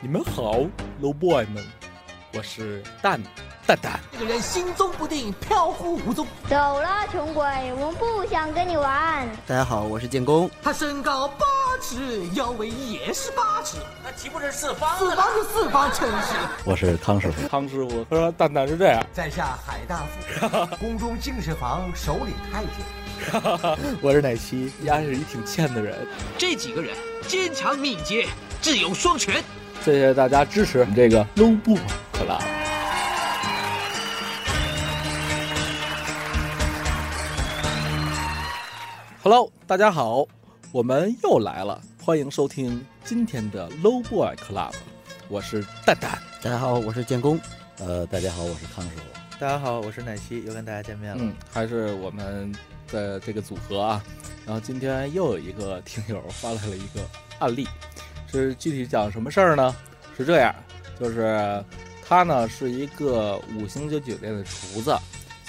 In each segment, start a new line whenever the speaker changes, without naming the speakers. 你们好，low boy 们，我是蛋蛋蛋。
这个人心中不定，飘忽无踪。
走了，穷鬼，我们不想跟你玩。
大家好，我是建工。
他身高八尺，腰围也是八尺，
那岂不是四方？
四方是四方，真 是。
我是康师傅。
康师傅，他说蛋蛋是这样。
在下海大富，宫中净室房首领太监。
我是奶昔，丫是一挺欠的人。
这几个人坚强敏捷，智勇双全。
谢谢大家支持我们这个 low boy 克拉。Hello，大家好，我们又来了，欢迎收听今天的 low boy club，我是蛋蛋。
大家好，我是建工。
呃，大家好，我是康师傅。
大家好，我是奶昔，又跟大家见面了。
嗯，还是我们的这个组合啊。然后今天又有一个听友发来了一个案例，是具体讲什么事儿呢？是这样，就是他呢是一个五星级酒店的厨子，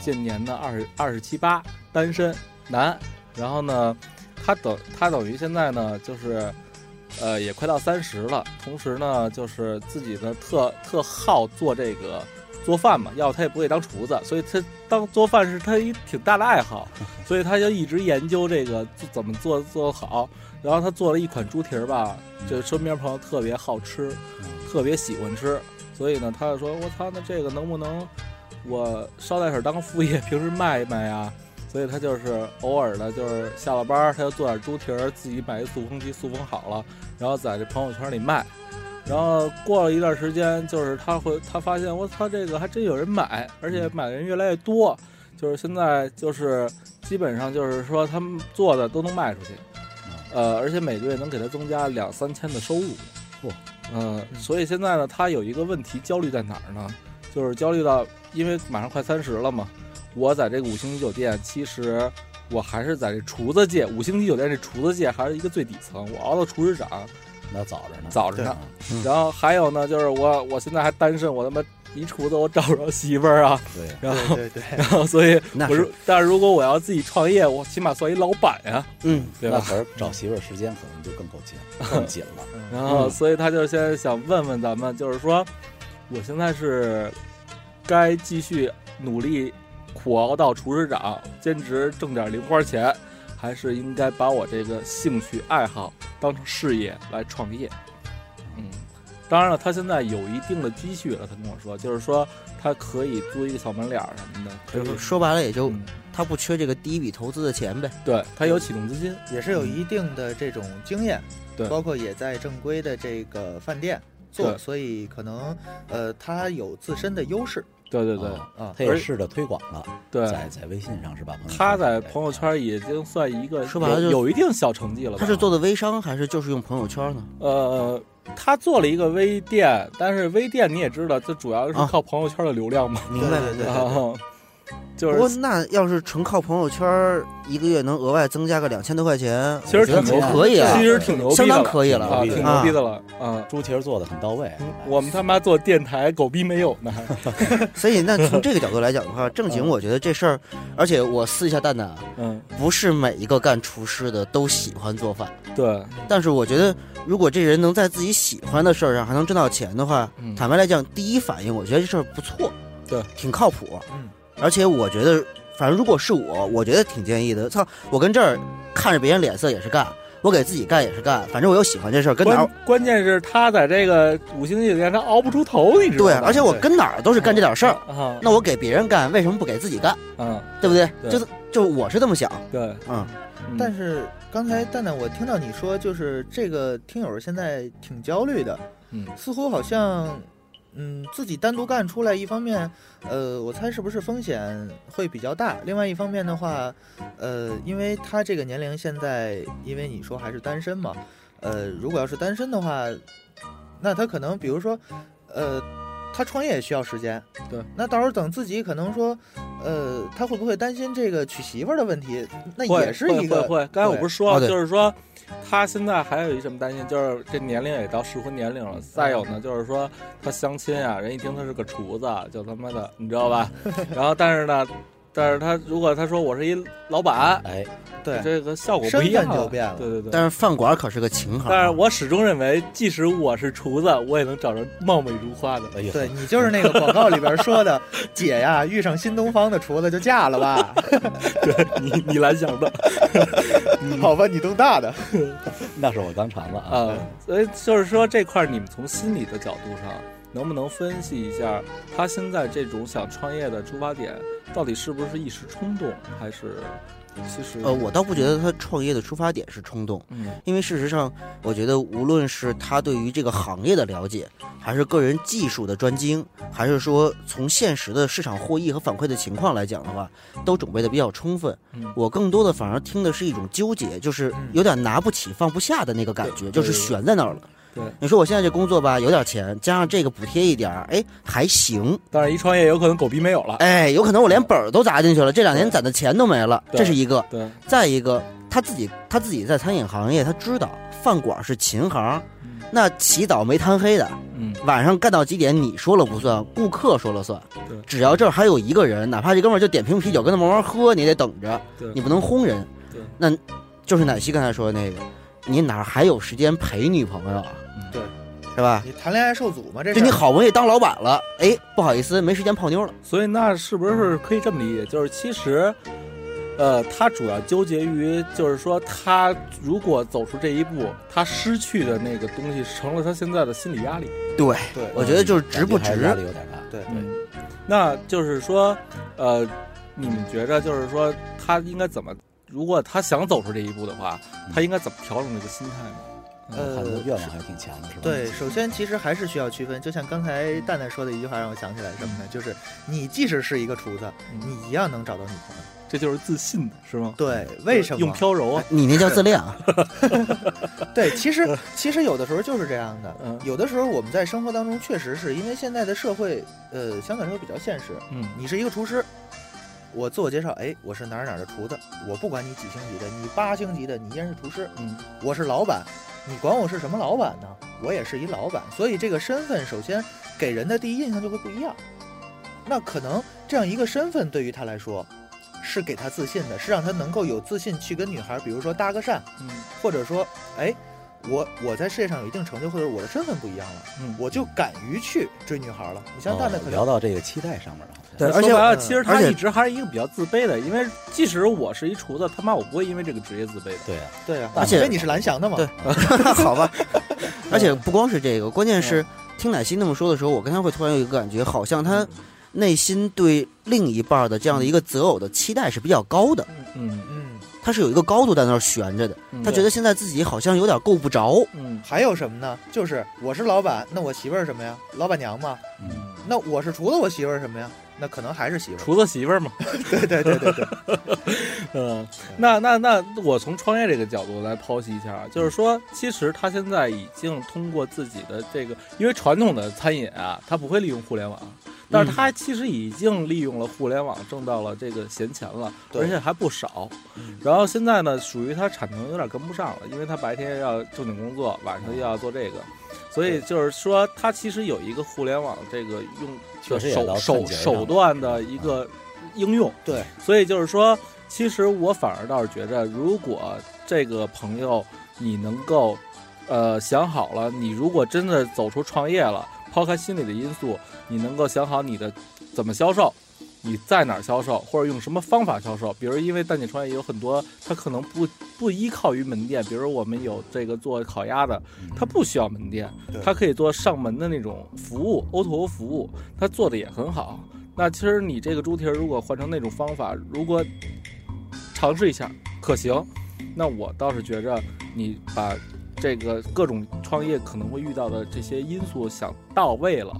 现年呢二十二十七八，单身男。然后呢，他等他等于现在呢就是。呃，也快到三十了，同时呢，就是自己呢特特好做这个做饭嘛，要不他也不会当厨子，所以他当做饭是他一挺大的爱好，所以他就一直研究这个做怎么做做好。然后他做了一款猪蹄儿吧，就身边朋友特别好吃，特别喜欢吃，所以呢，他就说：“我操，那这个能不能我捎带手当副业， 平时卖一卖呀？”所以他就是偶尔的，就是下了班儿他就做点猪蹄儿，自己买一塑封机塑封好了，然后在这朋友圈里卖。然后过了一段时间，就是他会他发现我操，这个还真有人买，而且买的人越来越多。就是现在就是基本上就是说他们做的都能卖出去，呃，而且每个月能给他增加两三千的收入。
嚯
嗯，所以现在呢，他有一个问题焦虑在哪儿呢？就是焦虑到，因为马上快三十了嘛，我在这个五星级酒店，其实我还是在这厨子界，五星级酒店这厨子界还是一个最底层，我熬到厨师长，
那早着呢，
早着呢
对啊。
然后还有呢，就是我我现在还单身，我他妈一厨子我找不着媳妇儿啊。
对呀，
然后，
对对对，
然后所以
那
我
是
如但是如果我要自己创业，我起码算一老板啊呀、
嗯，
对
那
吧？
可是找媳妇儿时间可能就更够紧，
嗯
更紧了。
然后
嗯
所以他就现在想问问咱们，就是说我现在是该继续努力苦熬到厨师长，兼职挣点零花钱，还是应该把我这个兴趣爱好当成事业来创业？嗯，当然了，他现在有一定的积蓄了，他跟我说，就是说他可以租一个小门脸儿什么的，可以
就是说白了，也就
嗯
他不缺这个第一笔投资的钱呗。
对他有启动资金，
也是有一定的这种经验，
对
包括也在正规的这个饭店
对
做，所以可能呃，他有自身的优势
对对对、
啊
啊。
他也试着推广了，
哦对。
在在微信上是吧？朋友
他
圈
在
里
朋友圈已经算一个
说白了
有
就是
有一定小成绩了吧。
他是做的微商，还是就是用朋友圈呢？
呃，他做了一个微店，但是微店你也知道，这主要是
啊
靠朋友圈的流量嘛。
明白
对
了。
对对
然后就
不过
是
那要是纯靠朋友圈儿，一个月能额外增加个两千多块钱，
其实挺牛
我觉得可以啊
其实挺牛逼的
相
了，
当可以
啊，
了。
挺牛逼的了啊。
猪蹄儿做的很到位，啊
我们他妈做电台，狗逼没有 呢。
所以那从这个角度来讲的话，正经我觉得这事儿，而且我私一下蛋蛋啊，
嗯，
不是每一个干厨师的都喜欢做饭，
对，
但是我觉得如果这人能在自己喜欢的事儿上还能挣到钱的话，
嗯
坦白来讲，第一反应我觉得这事儿不错，
对，
挺靠谱，
嗯，
而且我觉得，反正如果是我，我觉得挺建议的。操，我跟这儿看着别人脸色也是干，我给自己干也是干，反正我又喜欢这事儿，跟哪儿
关关键是他在这个五星级酒店，他熬不出头，你知道
对，
吗？
而且我跟哪儿都是干这点事儿，
啊，
那我给别人干，为什么不给自己干？
嗯，
对不对？
对
就是就我是这么想，
对，
嗯，
嗯
但是刚才蛋蛋，我听到你说，就是这个听友现在挺焦虑的，
嗯
似乎好像，嗯，自己单独干出来，一方面，呃，我猜是不是风险会比较大？另外一方面的话，呃，因为他这个年龄现在，因为你说还是单身嘛，呃，如果要是单身的话，那他可能比如说，呃。他创业也需要时间，
对。
那到时候等自己可能说，呃，他会不会担心这个娶媳妇儿的问题？那
会
也是
会
一个
会会。刚才我不是说
啊
了，
对
就是说他现在还有一什么担心，就是这年龄也到适婚年龄了。再有
嗯
呢，就是说 他相亲啊，人一听他是个厨子，就他妈的，你知道吧？然后但是呢，但是他如果他说我是一老板，
哎，
对，
这个效果不一样
身份就变了
对对对。
但是饭馆可是个情行，啊
但是我始终认为，即使我是厨子，我也能找着貌美如花的。
哎呦，
对你就是那个广告里边说 的姐呀，遇上新东方的厨子就嫁了吧？
对你，你来想的嗯
好吧，你东大的，
那是我刚尝的啊。
啊，所以就是说这块，你们从心理的角度上，能不能分析一下他现在这种想创业的出发点，到底是不是一时冲动，还是其实
呃，我倒不觉得他创业的出发点是冲动，
嗯
因为事实上，我觉得无论是他对于这个行业的了解，还是个人技术的专精，还是说从现实的市场获益和反馈的情况来讲的话，都准备的比较充分。
嗯
我更多的反而听的是一种纠结，就是
嗯
有点拿不起放不下的那个感觉，
对
就是
对对
悬在那儿了。
对
你说我现在这工作吧，有点钱，加上这个补贴一点儿，哎，还行。
当然一创业有可能狗逼没有了。
哎，有可能我连本儿都砸进去了，这两年攒的钱都没了，
对
这是一个。
对，
再一个，他自己他自己在餐饮行业，他知道饭馆是琴行，
嗯
那起早没贪黑的，
嗯，
晚上干到几点你说了不算，顾客说了算
对。
只要这儿还有一个人，哪怕这哥们儿就点瓶啤酒跟他慢慢喝，你得等着，
对
你不能轰人
对。
那就是奶昔刚才说的那个，你哪儿还有时间陪女朋友啊？
对，
是吧？
你谈恋爱受阻吗？这
这
是
你好不容易当老板了，哎，不好意思，没时间泡妞了。
所以那是不是可以这么理解？就是其实，呃，他主要纠结于，就是说他如果走出这一步，他失去的那个东西成了他现在的心理压力。
对，
对，
我觉得就是值不
感觉还
值
是压力有点大。
对对，
嗯，那就是说，呃，你们觉着就是说他应该怎么？如果他想走出这一步的话，他应该怎么调整这个心态呢？
我看他的
呃，
愿望还挺强的，是吧？
对，首先其实还是需要区分，就像刚才蛋蛋说的一句话，让我想起来什么呢？就是你即使是一个厨子，
嗯，
你一样能找到女朋友。
这就是自信的是吗？
对，为什么？
用飘柔啊？
你那叫自恋啊。
对，其 实其实有的时候就是这样的。
嗯
有的时候我们在生活当中确实是因为现在的社会，呃，相对来说比较现实。
嗯
你是一个厨师，我自我介绍，哎，我是哪儿哪儿的厨子，我不管你几星级的，你八星级的，你依然是厨师。
嗯，
我是老板，你管我是什么老板呢？我也是一老板，所以这个身份首先给人的第一印象就会不一样。那可能这样一个身份对于他来说，是给他自信的，是让他能够有自信去跟女孩，比如说搭个讪，
嗯
或者说，哎，我我在事业上有一定成就，或者我的身份不一样了，
嗯，
我就敢于去追女孩了。你像蛋蛋
哦
可
聊
能，
到这个期待上面了，好像
对，
那
而且
说白了，
嗯
其实他
而且
一直还是一个比较自卑的，因为即使我是一厨子，他妈我不会因为这个职业自卑的。
对啊，
对啊，
而且
因为你是蓝翔的嘛，
对好吧， 而且不光是这个，关键是听奶昔那么说的时候，我跟他会突然有一个感觉，好像他内心对另一半的这样的一个择偶的期待是比较高的，
嗯，
嗯，
他是有一个高度在那儿悬着的，
嗯
他觉得现在自己好像有点够不着，
嗯
还有什么呢？就是我是老板，那我媳妇儿是什么呀？老板娘嘛。
嗯，
那我是厨子，我媳妇儿是什么呀？那可能还是媳妇儿。
厨子媳妇儿嘛。
对对对对对，
嗯，那那那，我从创业这个角度来剖析一下啊，就是
嗯
说，其实他现在已经通过自己的这个，因为传统的餐饮啊，他不会利用互联网，但是
嗯
他其实已经利用了互联网挣到了这个闲钱了，
对
而且还不少。
嗯
然后现在呢，属于他产能有点跟不上了，因为他白天要正经工作，晚上又要做这个。
嗯
所以就是说，他其实有一个互联网这个用
确实也
手
到
手
瞬间上
手段的一个应用。
对，
所以就是说，其实我反而倒是觉着，如果这个朋友你能够，呃，想好了，你如果真的走出创业了，抛开心理的因素，你能够想好你的怎么销售。你在哪儿销售，或者用什么方法销售？比如，因为蛋姐创业有很多，它可能不不依靠于门店，比如我们有这个做烤鸭的，它不需要门店，
对
它可以做上门的那种服务，O to O 服务，它做的也很好。那其实你这个猪蹄儿如果换成那种方法，如果尝试一下可行，那我倒是觉着你把这个各种创业可能会遇到的这些因素想到位了，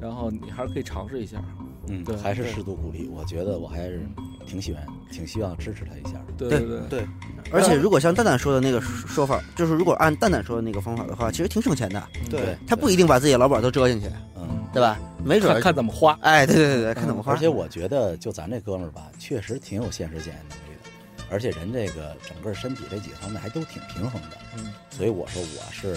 然后你还是可以尝试一下。
嗯
对，
还是
对
适度鼓励。我觉得我还是挺喜欢，挺希望支持他一下的。
对
对
对
对
而且如果像蛋蛋说的那个说说法，就是如果按蛋蛋说的那个方法的话，其实挺省钱的，
对，
他不一定把自己的老板都折进去，
嗯，
对吧？没准
看
儿，
看怎么花。
哎，对对对对，看怎么花
而。且我觉得就咱这哥们儿吧，确实挺有现实检验能力的，而且人这个整个身体这几个方面还都挺平衡的。
嗯，
所以我说我是。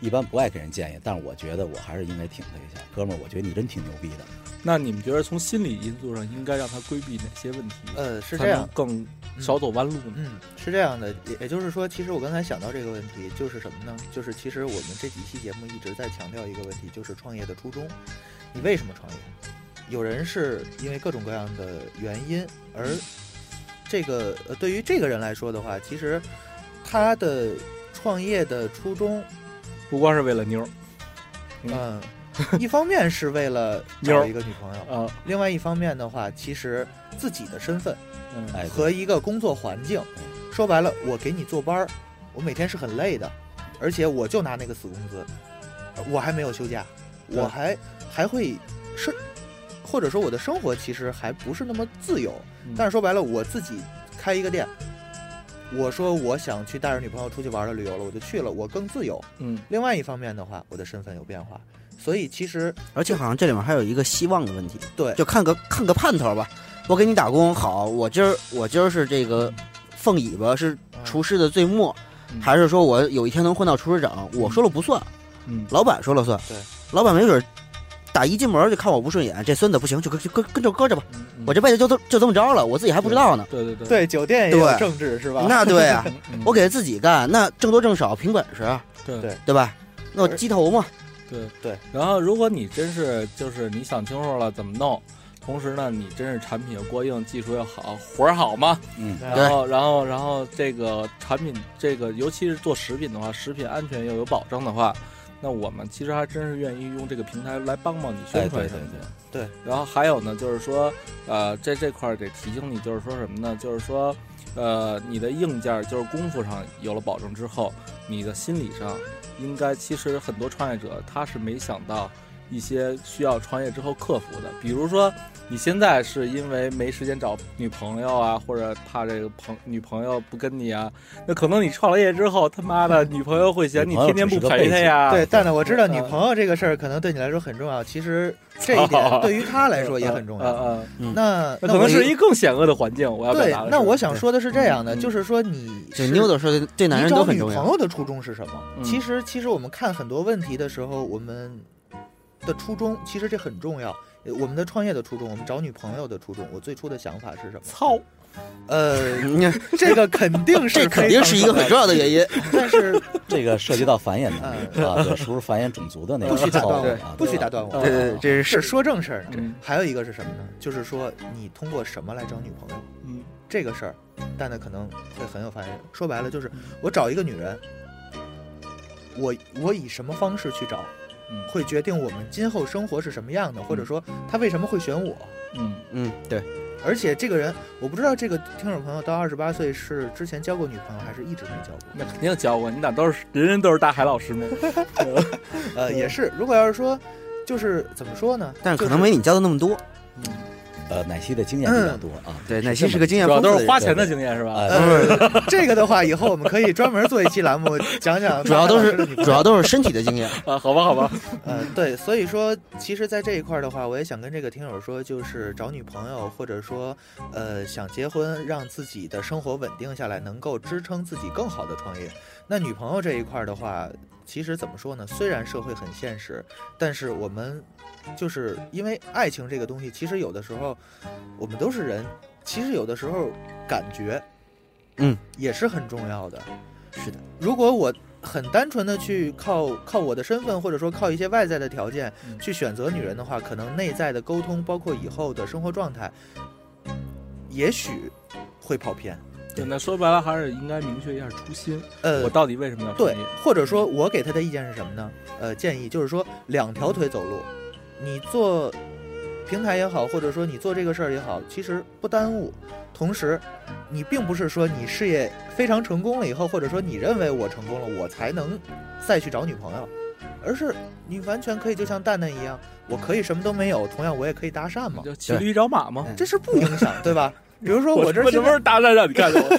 一般不爱给人建议，但是我觉得我还是应该挺他一下，哥们儿，我觉得你真挺牛逼的，
那你们觉得从心理因素上应该让他规避哪些问题？
呃，是
才
这样
能，更少走弯路呢？
嗯，是这样的，也也就是说，其实我刚才想到这个问题，就是什么呢？就是其实我们这几期节目一直在强调一个问题，就是创业的初衷。你为什么创业？有人是因为各种各样的原因，而这个呃，对于这个人来说的话，其实他的创业的初衷，
不光是为了妞儿
嗯、一方面是为了
妞
找
儿
一个女朋 友，
啊，
另外一方面的话，其实自己的身份。
嗯，
哎，
和一个工作环境。说白了，我给你坐班儿，我每天是很累的，而且我就拿那个死工资，我还没有休假，
对
我还还会是，或者说我的生活其实还不是那么自由。
嗯
但是说白了，我自己开一个店，我说我想去带着女朋友出去玩了、旅游了，我就去了，我更自由。
嗯，
另外一方面的话，我的身份有变化，所以其实
而且好像这里面还有一个希望的问题，
对
就看个看个盼头吧。我给你打工好，我今儿我今儿是这个凤尾巴是厨师的最末，
嗯
还是说我有一天能混到厨师长？我说了不算，
嗯
老板说了算。
对，
老板没准打一进门就看我不顺眼，这孙子不行，就跟就跟跟着搁着吧。
嗯嗯
我这辈子就这就这么着了，我自己还不知道呢。
对对对，
对酒店也有
对
政治是吧？
那 对啊，
嗯嗯
我给自己干，那挣多挣少凭本事啊，
对
对
对吧？那我
而
鸡头嘛，
对
对。
然后，如果你真是就是你想清楚了怎么弄，同时呢，你真是产品又过硬，技术又好，活儿好嘛。
嗯，
对
然后，然后，然后这个产品，这个尤其是做食品的话，食品安全又有保证的话，那我们其实还真是愿意用这个平台来帮帮你宣
哎
传
对
什么
对
的。
对
然后还有呢，就是说，呃，在这块儿得提醒你，就是说什么呢？就是说，呃，你的硬件儿就是功夫上有了保证之后，你的心理上应该，其实很多创业者他是没想到一些需要创业之后克服的，比如说你现在是因为没时间找女朋友啊，或者怕这个朋女朋友不跟你啊，那可能你创了业之后，他妈的女朋友会嫌你
女朋友
天天不
只是个
陪她呀，
对，蛋蛋，我知道女
呃
朋友这个事儿可能对你来说很重要，其实这一点对于她来说也很重
嗯
要。
嗯嗯
那
那
那
可
我
能是
也
一更险恶的环境。我要表
对
达的，是
那我想说的是这样的，
嗯嗯
就是说你
就是妞的说的对男
你
人都
找
很
女
重
朋
要。
友的初衷是什么？
嗯
其实，其实我们看很多问题的时候，我们的初衷其实这很重要。呃我们的创业的初衷，我们找女朋友的初衷，我最初的想法是什么？
操，
呃，
你看，
这个肯定是
嗯这肯定是一个很重要的原因。
非常重要的，但是呃
这个涉及到繁衍能 力 啊，对，是不是繁衍种族的那个
不许打断
操
我
啊，
不许打断我。
对
对，这
是说正事儿呢。
嗯
还有一个是什么呢？就是说你通过什么来找女朋友
嗯
这个事儿，蛋蛋可能会很有发言。说白了就是
嗯
我找一个女人，我我以什么方式去找，
嗯
会决定我们今后生活是什么样的，或者说她为什么会选我。
嗯
嗯，对，
而且这个人，我不知道这个听友朋友到二十八岁是之前交过女朋友，还是一直没交过。
那肯定教过你，俩都是人人都是大海老师吗？
呃，也是，如果要是说，就是怎么说呢？
但是可
就是
能没你教的那么多。
呃，奶昔的经验比较多啊，
对，奶昔
昔
是个经验
主
丰
要
富的
都是
人
花钱的经验是吧？
哎
呃， 这个的话，以后我们可以专门做一期栏目，讲讲
主要都是
大老师的女朋友
主要都是身体的 经验。
啊，好吧，好吧，
呃，对，所以说，其实，在这一块儿的话，我也想跟这个听友说，就是找女朋友，或者说，呃，想结婚，让自己的生活稳定下来，能够支撑自己更好的创业。那女朋友这一块儿的话，其实怎么说呢？虽然社会很现实，但是我们就是因为爱情这个东西，其实有的时候我们都是人，其实有的时候感觉，
嗯，
也是很重要的。
是的，
如果我很单纯的去靠靠我的身份，或者说靠一些外在的条件
嗯
去选择女人的话，可能内在的沟通，包括以后的生活状态，也许会跑偏。
对，那说白了还是应该明确一下初心，
呃
我，到底为什么要创
对
业？，
或者说我给他的意见是什么呢？呃，建议就是说两条腿走路，你做平台也好，或者说你做这个事儿也好，其实不耽误。同时，你并不是说你事业非常成功了以后，或者说你认为我成功了，我才能再去找女朋友，而是你完全可以就像蛋蛋一样，我可以什么都没有，同样我也可以搭讪嘛，
就骑驴找马吗？
这是不影响，对 吧？比如说
我
我这
这
现
不
在
是搭讪让你干的？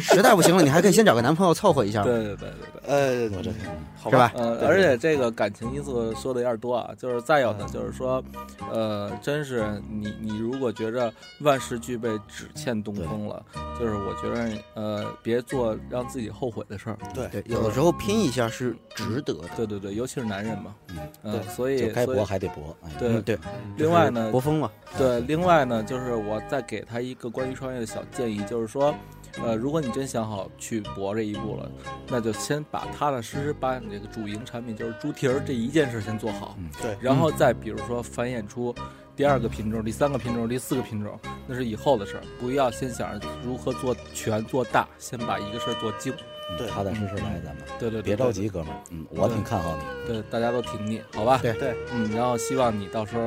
实在不行了，你还可以先找个男朋友凑合一 下。
对对对对对，
呃，
我这天
是吧？
呃，
对
而且这个感情因素说的有点多啊，就是再有的就是说，呃，真是你你如果觉着万事俱备只欠东风了，就是我觉着呃别做让自己后悔的事儿。
对，有的时候拼一下是值得的。
对对对，尤其是男人嘛，
嗯
嗯
对，
所以
就该
所
搏
以
还得搏，哎，
对
嗯，对。
另外呢
国风嘛，
对，另外呢，就是我再给他一个关于创业的小建议，就是说，呃，如果你真想好去搏这一步了，那就先把踏踏实实把你这个主营产品，就是猪蹄儿这一件事先做好，
嗯
对
然后再比如说繁衍出第二个品种、第三个品种、第四个品种，那是以后的事儿，不要先想着如何做全做大，先把一个事儿做精。
嗯
对
踏踏实实来，咱们
对对对，
别
对
着急，哥们儿，嗯，我挺看好你，
对，大家都挺你，好吧？
对
对，
嗯，然后希望你到时候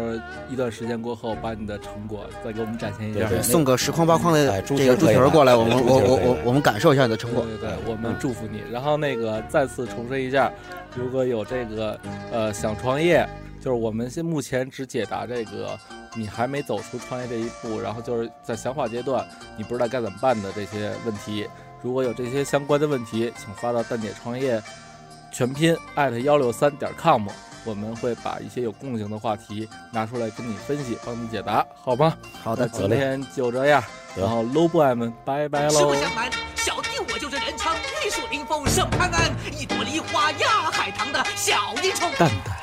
一段时间过后，把你的成果再给我们展现一下。
对那
送个十筐八筐的
哎猪蹄
这
儿
个猪
可以
蹄儿
买
过来，我
哎
们
猪蹄
我
儿
我
可以
我
买
我们感受一下你的成果。
对对对，我们祝福你。然后那个再次重申一下，如果有这个呃想创业，就是我们现目前只解答这个你还没走出创业这一步，然后就是在想法阶段，你不知道该怎么办的这些问题。如果有这些相关的问题，请发到蛋姐创业全拼艾特幺六三点 com，我们会把一些有共性的话题拿出来跟你分析，帮你解答，好吗？
好
那
嗯
的，
今天就这样，
得
然后 low boy 们拜拜
实
喽
不。相瞒，小弟我就是人称玉树临风盛潘安，一朵梨花压海棠的小英雄。
蛋蛋。